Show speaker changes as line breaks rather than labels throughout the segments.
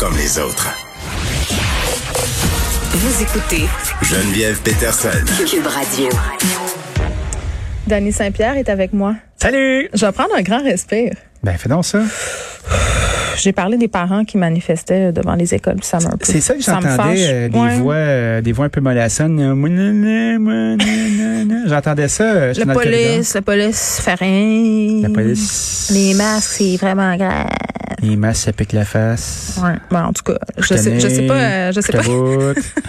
comme les autres.
Vous écoutez
Geneviève Peterson.
Cube Radio.
Danny Saint-Pierre est avec moi.
Salut!
Je vais prendre un grand respire.
Ben, fais donc ça.
J'ai parlé des parents qui manifestaient euh, devant les écoles, puis ça m'a un peu-
C'est ça que
me
j'entendais,
fâche.
euh, des,
Ouais.
voix, euh, des voix un peu mollassonnes. euh, mouinana, mouinana. J'entendais ça. euh, j'étais
La
dans le corridor.
police, la police fait rien.
La police.
Les masques, c'est vraiment grave.
Les masques, ça pique la face.
Ouais. Ben, en tout cas, je
suis
sais, je
tanné,
sais pas, euh, je sais pas.
caboute.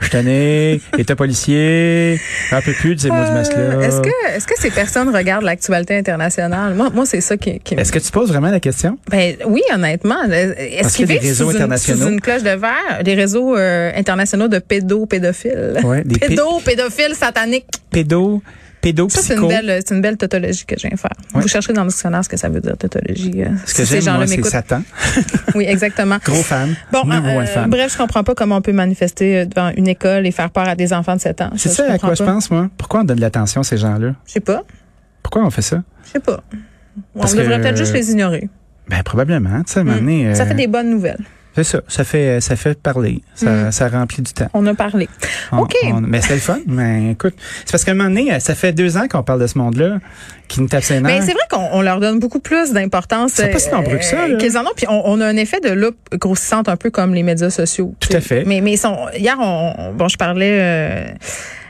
Je suis tanné. État policier. Un peu plus de ces mots du masque-là.
Euh, Est-ce que, est-ce que ces personnes regardent l'actualité internationale? Moi, moi c'est ça qui, qui me-
Est-ce que tu poses vraiment la question?
Ben oui, honnêtement. euh, Est-ce
Parce
qu'ils
qu'il y a des
vivent
réseaux
sous, une,
internationaux.
sous une cloche de verre? Des réseaux euh, internationaux de pédopédophiles.
Ouais, des pé-
pédopédophiles sataniques.
Pédo, pédo,
Ça, c'est une, belle, c'est une belle tautologie que j'ai à faire.
Ouais.
Vous chercherez dans le dictionnaire ce que ça veut dire, tautologie. euh,
Ce
si
que
ces
j'aime,
gens-là
moi, c'est
m'écoutent.
Satan.
Oui, exactement.
Gros fan.
Bon,
Numéro
euh,
un fan.
bref, je comprends pas comment on peut manifester euh, devant une école et faire peur à des enfants de 7 ans.
C'est ça à
comprends
quoi je
pas.
pense, moi. Pourquoi on donne de l'attention à ces gens-là?
Je sais pas.
Pourquoi on fait ça?
Je sais pas. On
Parce
devrait
que-
peut-être juste les ignorer. Mm.
Ben probablement, tu sais, à un moment donné, euh,
Hmm. Ça fait des bonnes nouvelles.
C'est ça, ça fait ça fait parler, ça, ça remplit du temps.
On a parlé.
On-
Hmm. OK.
on- mais c'est le fun, mais écoute, c'est parce qu'à un moment donné, ça fait deux ans qu'on parle de ce monde-là, qui nous tape ses nerfs.
Ben, c'est vrai qu'on on leur donne beaucoup plus d'importance
sont Hein? pas si nombreux que ça,
euh,
là.
qu'ils en ont. Puis on, on a un effet de loupe grossissante un peu comme les médias sociaux.
Tout à fait.
Mais, mais ils sont, hier, on, on- bon, je parlais euh,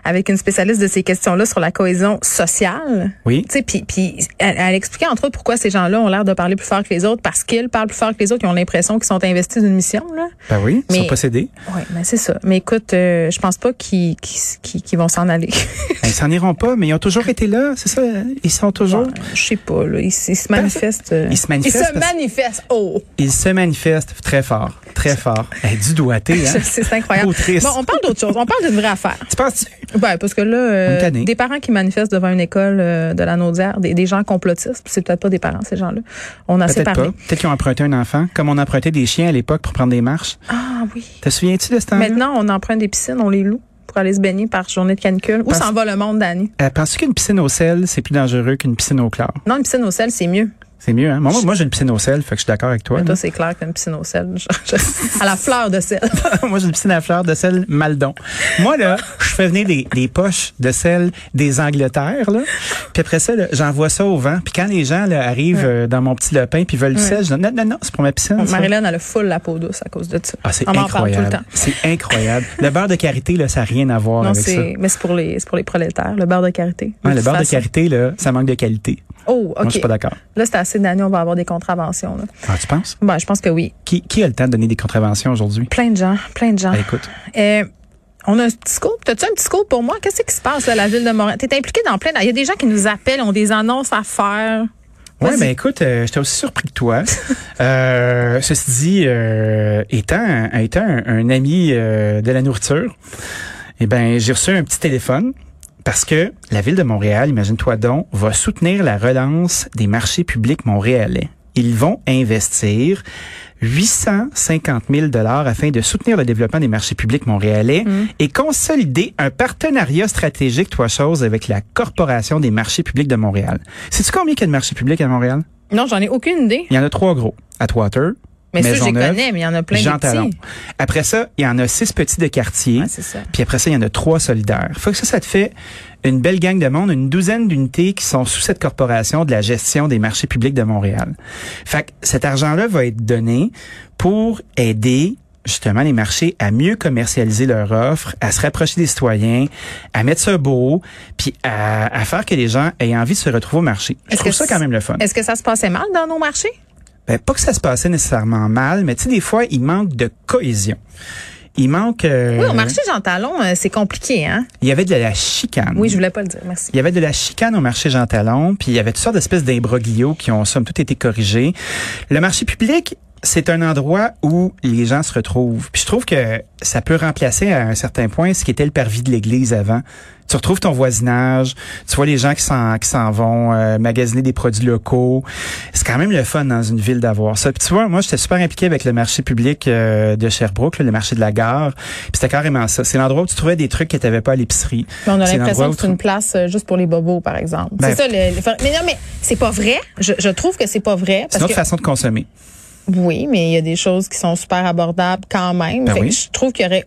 avec une spécialiste de ces questions-là sur la cohésion sociale.
oui.
Tu sais, puis, puis elle, elle expliquait entre autres pourquoi ces gens-là ont l'air de parler plus fort que les autres parce qu'ils parlent plus fort que les autres, ils ont l'impression qu'ils sont investis d'une mission là.
Ben oui, ils
Mais-
sont possédés.
Ouais, mais c'est ça. Mais écoute, euh, je pense pas qu'ils qu'ils- qu'ils- qu'ils vont s'en aller.
Ben, ils s'en iront pas, mais ils ont toujours été là, c'est ça. Ils sont toujours.
je sais pas là, ils, ils se manifestent. euh,
Ils se manifestent
Ils se
parce-
manifestent. Oh.
Ils se manifestent très fort, très fort. Hey, du doigté, hein.
C'est incroyable.
Autrice.
Bon, on parle d'autre chose. On parle d'une vraie affaire.
Tu penses
Ben, parce que là,
On
euh,
est tanné.
des parents qui manifestent devant une école euh, de la Naudière, des, des gens complotistes, puis c'est peut-être pas des parents, ces gens-là. On a
Peut-être
séparé.
pas. Peut-être qu'ils ont emprunté un enfant, comme on empruntait des chiens à l'époque pour prendre des marches.
Ah oui.
Te souviens-tu de ce temps
Maintenant, on emprunte des piscines, on les loue pour aller se baigner par journée de canicule. Où
Parce-
s'en va le monde, Dani?
Euh, Penses-tu qu'une piscine au sel, c'est plus dangereux qu'une piscine au chlore?
Non, une piscine au sel, c'est mieux.
C'est mieux, hein? Moi, moi, j'ai une piscine au sel, fait que je suis d'accord avec toi.
Mais
là.
toi, c'est clair que t'as une piscine au sel. Je- je- à la fleur de sel.
moi, j'ai une piscine à fleurs de sel Maldon. Moi, là, je fais venir des, des poches de sel des Angleterres, là. Puis après ça, là, j'envoie ça au vent. Puis quand les gens là, arrivent euh, dans mon petit lopin puis veulent du sel, je dis non, non, non, c'est pour ma piscine. ça.
Marilyn, elle a full la peau douce à cause de ça.
Ah, c'est
on m'en parle tout le
incroyable.
temps.
C'est incroyable. Le beurre de karité, là, ça n'a rien à voir
Non,
avec ça.
c'est, mais c'est pour les, c'est pour les prolétaires, le beurre de carité. De
Ouais, le
toute
beurre de
façon.
karité, là, ça manque de qualité.
Oh,
Moi, je
OK.
suis pas d'accord.
Là, c'est assez d'années, on va avoir des contraventions. Là.
Ah, tu penses?
Ben, je pense que oui.
Qui, qui a le temps de donner des contraventions aujourd'hui?
Plein de gens, plein de gens.
Ah, écoute.
Euh, on a un petit scoop. T'as-tu un petit scoop pour moi? Qu'est-ce qui se passe, là, la ville de Montréal? T'es impliqué dans plein. Il y a des gens qui nous appellent, ont des annonces à faire.
Oui,
Vas-y.
ben écoute, euh, j'étais aussi surpris que toi. euh, ceci dit, euh, étant, étant un, un ami euh, de la nourriture, eh ben j'ai reçu un petit téléphone parce que la ville de Montréal, imagine-toi donc, va soutenir la relance des marchés publics montréalais. Ils vont investir 850 000 dollars afin de soutenir le développement des marchés publics montréalais
Mmh.
et consolider un partenariat stratégique, trois choses, avec la Corporation des marchés publics de Montréal. Sais-tu combien il y a de marchés publics à Montréal?
Non, j'en ai aucune idée.
Il y en a trois gros. Atwater,
Mais ceux, je les
Maisonneuve,
connais, mais il y en a plein de
Jean
petits.
Talon. Après ça, il y en a six petits de quartier.
Ouais, c'est ça.
Puis après ça, il y en a trois solidaires. Fait que ça, ça te fait une belle gang de monde, une douzaine d'unités qui sont sous cette corporation de la gestion des marchés publics de Montréal. Fait que cet argent-là va être donné pour aider justement les marchés à mieux commercialiser leur offre, à se rapprocher des citoyens, à mettre ça beau, puis à, à faire que les gens aient envie de se retrouver au marché. Je
Est-ce
trouve
que
ça
c'est-
quand même le fun.
Est-ce que ça se passait mal dans nos marchés?
Ben, pas que ça se passait nécessairement mal, mais tu sais, des fois, il manque de cohésion. Il manque... euh,
Oui, au marché Jean Talon, euh, c'est compliqué, hein?
Il y avait de la chicane.
Oui, je voulais pas le dire. Merci.
Il y avait de la chicane au marché Jean Talon, puis il y avait toutes sortes d'espèces d'imbroglios qui ont somme toute été corrigés. Le marché public, c'est un endroit où les gens se retrouvent. Puis je trouve que ça peut remplacer à un certain point ce qui était le parvis de l'église avant. Tu retrouves ton voisinage, tu vois les gens qui s'en qui s'en vont euh, magasiner des produits locaux. C'est quand même le fun dans une ville d'avoir ça. Puis tu vois, moi j'étais super impliqué avec le marché public euh, de Sherbrooke, là, le marché de la gare. Puis c'était carrément ça. C'est l'endroit où tu trouvais des trucs que tu n'avais pas à l'épicerie.
Mais on a
C'est l'endroit
l'impression
où
que c'est
tu-
une place euh, juste pour les bobos, par exemple.
Ben,
c'est ça, le, le- Mais non, mais c'est pas vrai. Je, je trouve que c'est pas vrai. Parce
C'est une autre
que
façon de consommer.
Oui, mais il y a des choses qui sont super abordables quand même.
Ben
Fait que
oui.
Je trouve qu'il y aurait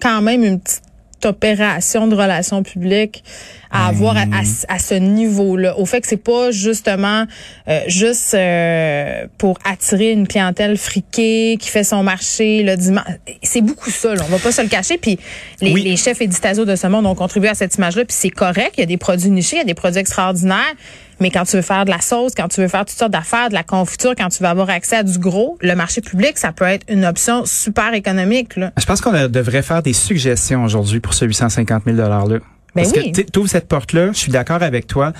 quand même une petite opération de relations publiques à avoir à,
Hmm.
à ce- à ce niveau-là. Au fait que c'est pas justement euh, juste euh, pour attirer une clientèle friquée qui fait son marché le dimanche. C'est beaucoup ça, là. on va pas se le cacher. Puis les,
Oui.
les chefs éditoriaux de ce monde ont contribué à cette image-là, puis c'est correct. Il y a des produits nichés, il y a des produits extraordinaires. Mais quand tu veux faire de la sauce, quand tu veux faire toutes sortes d'affaires, de la confiture, quand tu veux avoir accès à du gros, le marché public, ça peut être une option super économique. Là.
Ben, Je pense qu'on a- devrait faire des suggestions aujourd'hui pour ce 850 000 $-là.
Ben
Parce
oui.
que tu ouvres cette porte-là, je suis d'accord avec toi.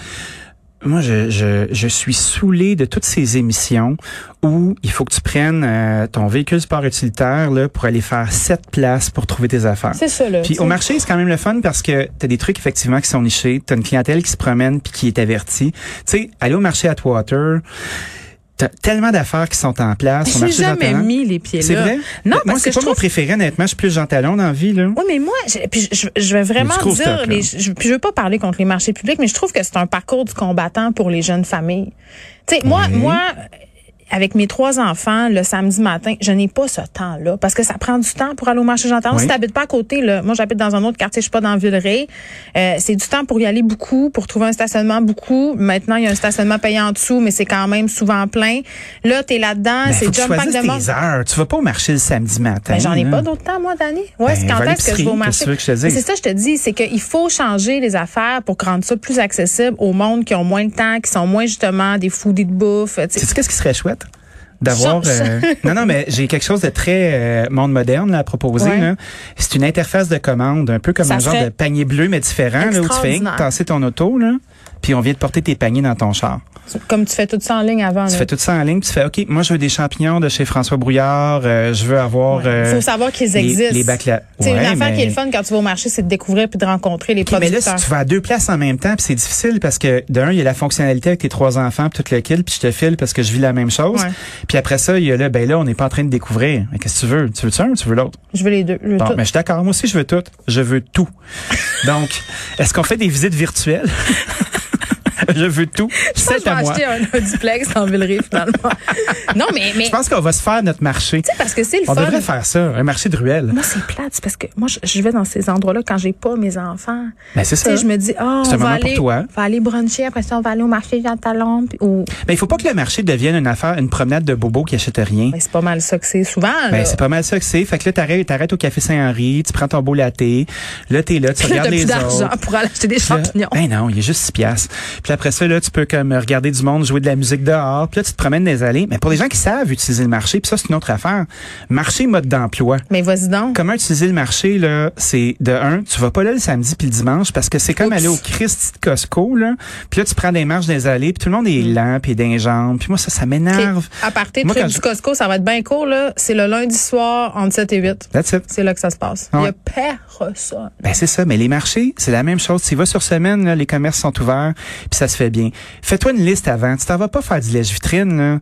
Moi, je, je, je suis saoulé de toutes ces émissions où il faut que tu prennes euh, ton véhicule sport utilitaire là, pour aller faire sept places pour trouver tes affaires.
C'est ça, là.
Puis
tu
au
sais.
marché, c'est quand même le fun parce que t'as des trucs effectivement qui sont nichés, t'as une clientèle qui se promène puis qui est avertie. Tu sais, aller au marché Atwater, t'as tellement d'affaires qui sont en place. au
J'ai
marché Jean
jamais
Talon.
mis les pieds là.
C'est vrai?
Non,
moi,
parce que
c'est
je
pas mon
trouve.
préféré, honnêtement. Je suis plus Jean Talon dans la vie, là.
Oui, mais moi, je, puis je, je- je vais vraiment
Il y a du gros
dire,
stock, là.
les- je, puis je veux pas parler contre les marchés publics, mais je trouve que c'est un parcours du combattant pour les jeunes familles. Tu sais, moi, moi, avec mes trois enfants, le samedi matin, je n'ai pas ce temps-là parce que ça prend du temps pour aller au marché Jean-Talon.
Oui.
Si t'habites pas à côté, là, moi, j'habite dans un autre quartier, je suis pas dans Villeray. Euh, c'est du temps pour y aller beaucoup, pour trouver un stationnement beaucoup. Maintenant, il y a un stationnement payant en dessous, mais c'est quand même souvent plein. Là, t'es là-dedans,
Ben, faut
c'est
que tu
jump pack
choisisses
de monde.
tes heures. Tu vas pas au marché le samedi matin.
Ben, j'en ai
là.
pas d'autre temps, moi, Dani. Ouais,
hein. Ben,
c'est
va
quand est-ce
à
que je
l'épicerie,
vais au
qu'est-ce
marché?
que tu veux que je te dise?
Mais C'est ça, je te dis, c'est qu'il faut changer les affaires pour rendre ça plus accessible au monde qui ont moins de temps, qui sont moins, justement, des foodies de bouffe. tu sais.
Sais-tu qu'est-ce qui serait chouette? D'avoir.
Ça-
euh, non, non, mais j'ai quelque chose de très euh, monde moderne là, à proposer.
Ouais.
là. C'est une interface de commande, un peu comme
Ça
un genre
serait
de panier bleu, mais différent, là, où tu fais rien que
extraordinaire.
tasser ton auto, là, puis on vient te porter tes paniers dans ton char.
Comme tu fais tout ça en ligne avant.
Tu
là.
fais tout ça en ligne, puis tu fais OK, moi je veux des champignons de chez François Brouillard, euh, je veux avoir. euh,
Ouais. faut savoir qu'ils existent.
Les, les bacs là.
C'est
Ouais,
une affaire
mais-
qui est le fun quand tu vas au marché, c'est de découvrir puis de rencontrer les
OK, mais là,
producteurs.
si tu vas à deux places en même temps, puis c'est difficile parce que d'un, il y a la fonctionnalité avec tes trois enfants, puis tout le kill, puis je te file parce que je vis la même chose.
Ouais.
Puis après ça, il y a là, ben là, on n'est pas en train de découvrir. Mais Qu'est-ce que tu veux? Tu veux ça ou tu veux l'autre?
Je veux les deux. Je veux
Bon,
tout.
mais je suis d'accord. Moi aussi, je veux tout. Je veux tout. Donc, est-ce qu'on fait des visites virtuelles? je veux tout.
Je pense que
C'est
je vais
à moi.
acheter un, un duplex en Villeray, finalement. non, mais, mais
Je pense qu'on va se faire notre marché.
tu sais, parce que c'est le
On
fun.
devrait faire ça, un marché de ruelles.
Moi, c'est plate. C'est parce que moi, je, je vais dans ces endroits-là quand j'ai pas mes enfants.
Ben, c'est
Tu sais,
ça.
je me dis, ah,
C'est
on va
un moment pour
aller,
toi.
on va aller bruncher, après ça, on va aller au marché Jean Talon. puis- ou-
Mais Ben, il faut pas que le marché devienne une affaire, une promenade de bobos qui achètent rien.
Ben, c'est pas mal ça que c'est souvent. là.
Ben, c'est pas mal ça que c'est. Fait que là, t'arrêtes, t'arrêtes au Café Saint-Henri, tu prends ton beau latte, là, t'es là, tu
Puis là,
regardes
t'as
les
plus d'argent
autres.
pour aller acheter des
Puis là,
champignons.
Ben non, il est juste 6 piastres. Puis après ça, là, tu peux comme regarder du monde, jouer de la musique dehors. Puis là, tu te promènes dans les allées. Mais pour les gens qui savent utiliser le marché, puis ça, c'est une autre affaire. Marché mode d'emploi.
Mais vas-y donc.
Comment utiliser le marché, là, c'est de un, tu vas pas là le samedi puis le dimanche parce que c'est comme
Oups.
aller au Christi de Costco, là. Puis là, tu prends des marches dans les allées, puis tout le monde est lent, puis des jambes. Puis moi, ça, ça m'énerve.
À partir
Moi,
truc
quand
du
je-
Costco, ça va être bien court, là. C'est le lundi soir entre 7 et 8.
That's it.
C'est là que ça se passe.
Ah
Il y
ouais.
a personne.
Ben c'est ça, mais les marchés, c'est la même chose. Tu y vas sur semaine, là, les commerces sont ouverts, puis ça se fait bien. Fais-toi une liste avant. Tu t'en vas pas faire du lèche-vitrine, là.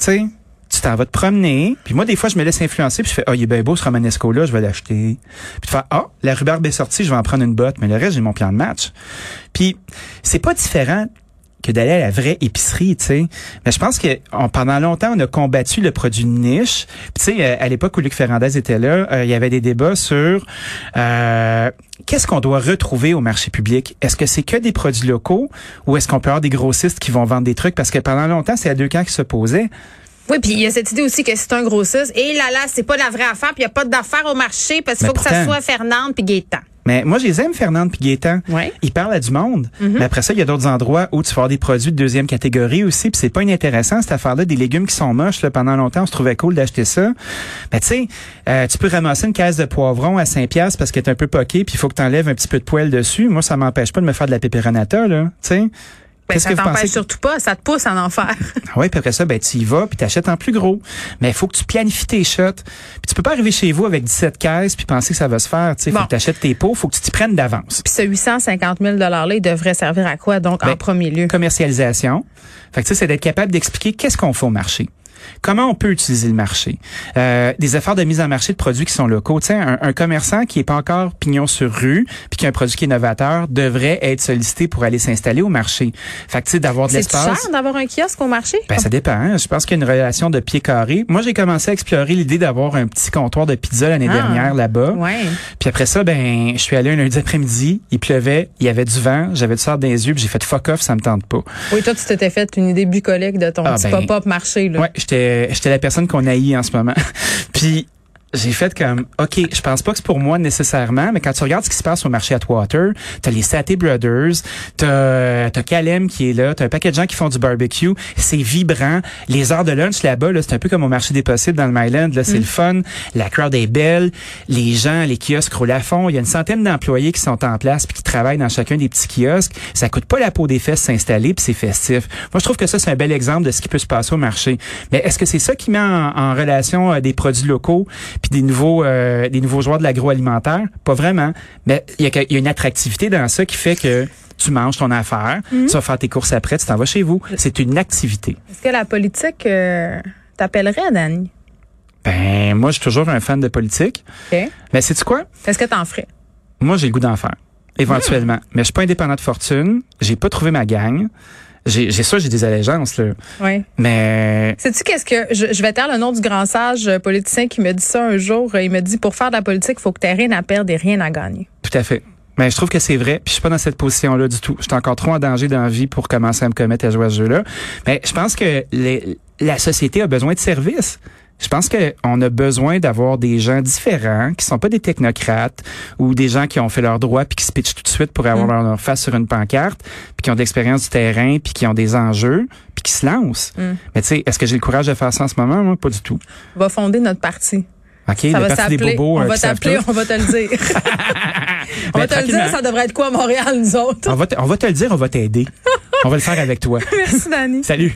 Tu sais, tu t'en vas te promener. Puis moi, des fois, je me laisse influencer, puis je fais, ah, il est bien beau ce Romanesco-là, je vais l'acheter. Puis tu fais, ah, la rhubarbe est sortie, je vais en prendre une botte, mais le reste, j'ai mon plan de match. Puis c'est pas différent que d'aller à la vraie épicerie, tu sais. Mais je pense que on- pendant longtemps, on a combattu le produit de niche. Puis tu sais, euh, à l'époque où Luc Ferrandez était là, euh, il y avait des débats sur euh, qu'est-ce qu'on doit retrouver au marché public. Est-ce que c'est que des produits locaux ou est-ce qu'on peut avoir des grossistes qui vont vendre des trucs? Parce que pendant longtemps, c'est à deux camps qui se posaient.
Oui, puis il y a cette idée aussi que c'est un grossiste. Et là, là, c'est pas la vraie affaire, puis il y a pas d'affaires au marché, parce qu'il
Mais
faut que ça
Ben, pourtant-
soit Fernande puis Gaétan. Ben,
Mais moi, je les aime, Fernande puis Gaétan.
Ouais. Mhm.
Ils parlent à du monde. Mais après ça, il y a d'autres endroits où tu vas avoir des produits de deuxième catégorie aussi. Puis c'est pas inintéressant, cette affaire-là, des légumes qui sont moches. Là, pendant longtemps, on se trouvait cool d'acheter ça. Mais tu sais, euh, tu peux ramasser une caisse de poivrons à 5 piastres parce qu'elle est un peu poquée, puis il faut que tu enlèves un petit peu de poêle dessus. Moi, ça m'empêche pas de me faire de la pepperonata, là. Tu sais.
Ben,
Qu'est-ce
ça
que vous
t'empêche
pensez?
surtout pas, ça te pousse à en enfer.
Oui, puis après ça, ben, tu y vas, puis tu achètes en plus gros. Mais il faut que tu planifies tes shots. Puis tu peux pas arriver chez vous avec 17 caisses puis penser que ça va se faire. Il faut
Bon.
que tu achètes tes pots, faut que tu t'y prennes d'avance.
Puis ce 850 000 $-là, il devrait servir à quoi, donc, en
Ben,
premier lieu?
commercialisation. Fait que ça, c'est d'être capable d'expliquer qu'est-ce qu'on fait au marché. Comment on peut utiliser le marché? Euh, des efforts de mise en marché de produits qui sont locaux. Tu sais, un, un commerçant qui n'est pas encore pignon sur rue, puis qui a un produit qui est novateur, devrait être sollicité pour aller s'installer au marché. Fait que, tu sais, d'avoir de
C'est cher
l'espace.
d'avoir un kiosque au marché?
Ben, ça dépend. hein. Je pense qu'il y a une relation de pied carré. Moi, j'ai commencé à explorer l'idée d'avoir un petit comptoir de pizza l'année
Ah.
dernière là-bas.
Ouais.
Puis après ça, ben, je suis allé un lundi après-midi. Il pleuvait, il y avait du vent, j'avais du sable dans les yeux, puis j'ai fait fuck off, ça me tente pas.
Oui, toi, tu t'étais fait une idée bucolique de ton
Ah,
petit
ben,
pop-up marché, là.
Ouais, j'étais, j'étais la personne qu'on haït en ce moment. puis j'ai fait comme, OK, je pense pas que c'est pour moi nécessairement, mais quand tu regardes ce qui se passe au marché Atwater, t'as les Saté Brothers, t'as, t'as Calem qui est là, t'as un paquet de gens qui font du barbecue, c'est vibrant. Les heures de lunch là-bas, là, c'est un peu comme au marché des possibles dans le Myland, là, c'est le fun. La crowd est belle. Les gens, les kiosques roulent à fond. Il y a une centaine d'employés qui sont en place puis qui travaillent dans chacun des petits kiosques. Ça coûte pas la peau des fesses s'installer puis c'est festif. Moi, je trouve que ça, c'est un bel exemple de ce qui peut se passer au marché. Mais est-ce que c'est ça qui met en, en relation euh, des produits locaux puis des nouveaux, euh, des nouveaux joueurs de l'agroalimentaire? Pas vraiment. Mais il y, a que- il y a une attractivité dans ça qui fait que tu manges ton affaire, tu vas faire tes courses après, tu t'en vas chez vous. C'est une activité.
Est-ce que la politique euh, t'appellerait, Dani?
Ben, moi, je suis toujours un fan de politique.
OK.
Mais sais-tu quoi?
Est-ce que t'en ferais?
Moi, j'ai le goût d'en faire, éventuellement. Mais je suis pas indépendant de fortune. J'ai pas trouvé ma gang. J'ai j'ai ça, j'ai des allégeances, là.
Oui.
Mais
Sais-tu qu'est-ce que je, je vais taire le nom du grand sage euh, politicien qui me dit ça un jour. euh, Il me dit pour faire de la politique, faut que t'aies rien à perdre et rien à gagner.
tout à fait. Mais je trouve que c'est vrai, puis je suis pas dans cette position-là du tout. Je suis encore trop en danger dans la vie pour commencer à me commettre à jouer à ce jeu-là. Mais je pense que les- la société a besoin de services. Je pense qu'on a besoin d'avoir des gens différents, qui sont pas des technocrates ou des gens qui ont fait leur droit puis qui se pitchent tout de suite pour avoir
Mm.
leur- leur face sur une pancarte, puis qui ont de l'expérience du terrain, puis qui ont des enjeux, puis qui se lancent.
Mm.
Mais tu sais, est-ce que j'ai le courage de faire ça en ce moment? Moi, pas du tout.
On va fonder notre parti.
OK,
Ça
le
va
parti des
s'appeler.
bobos,
On
euh,
va
qui savent
t'appeler,
tout.
on va te le dire. on va te le
Ben,
dire,
tranquillement. Ah.
ça devrait être quoi à Montréal, nous autres?
On va, te- on va te le dire, on va t'aider. on va le faire avec toi.
Merci, Dani.
Salut!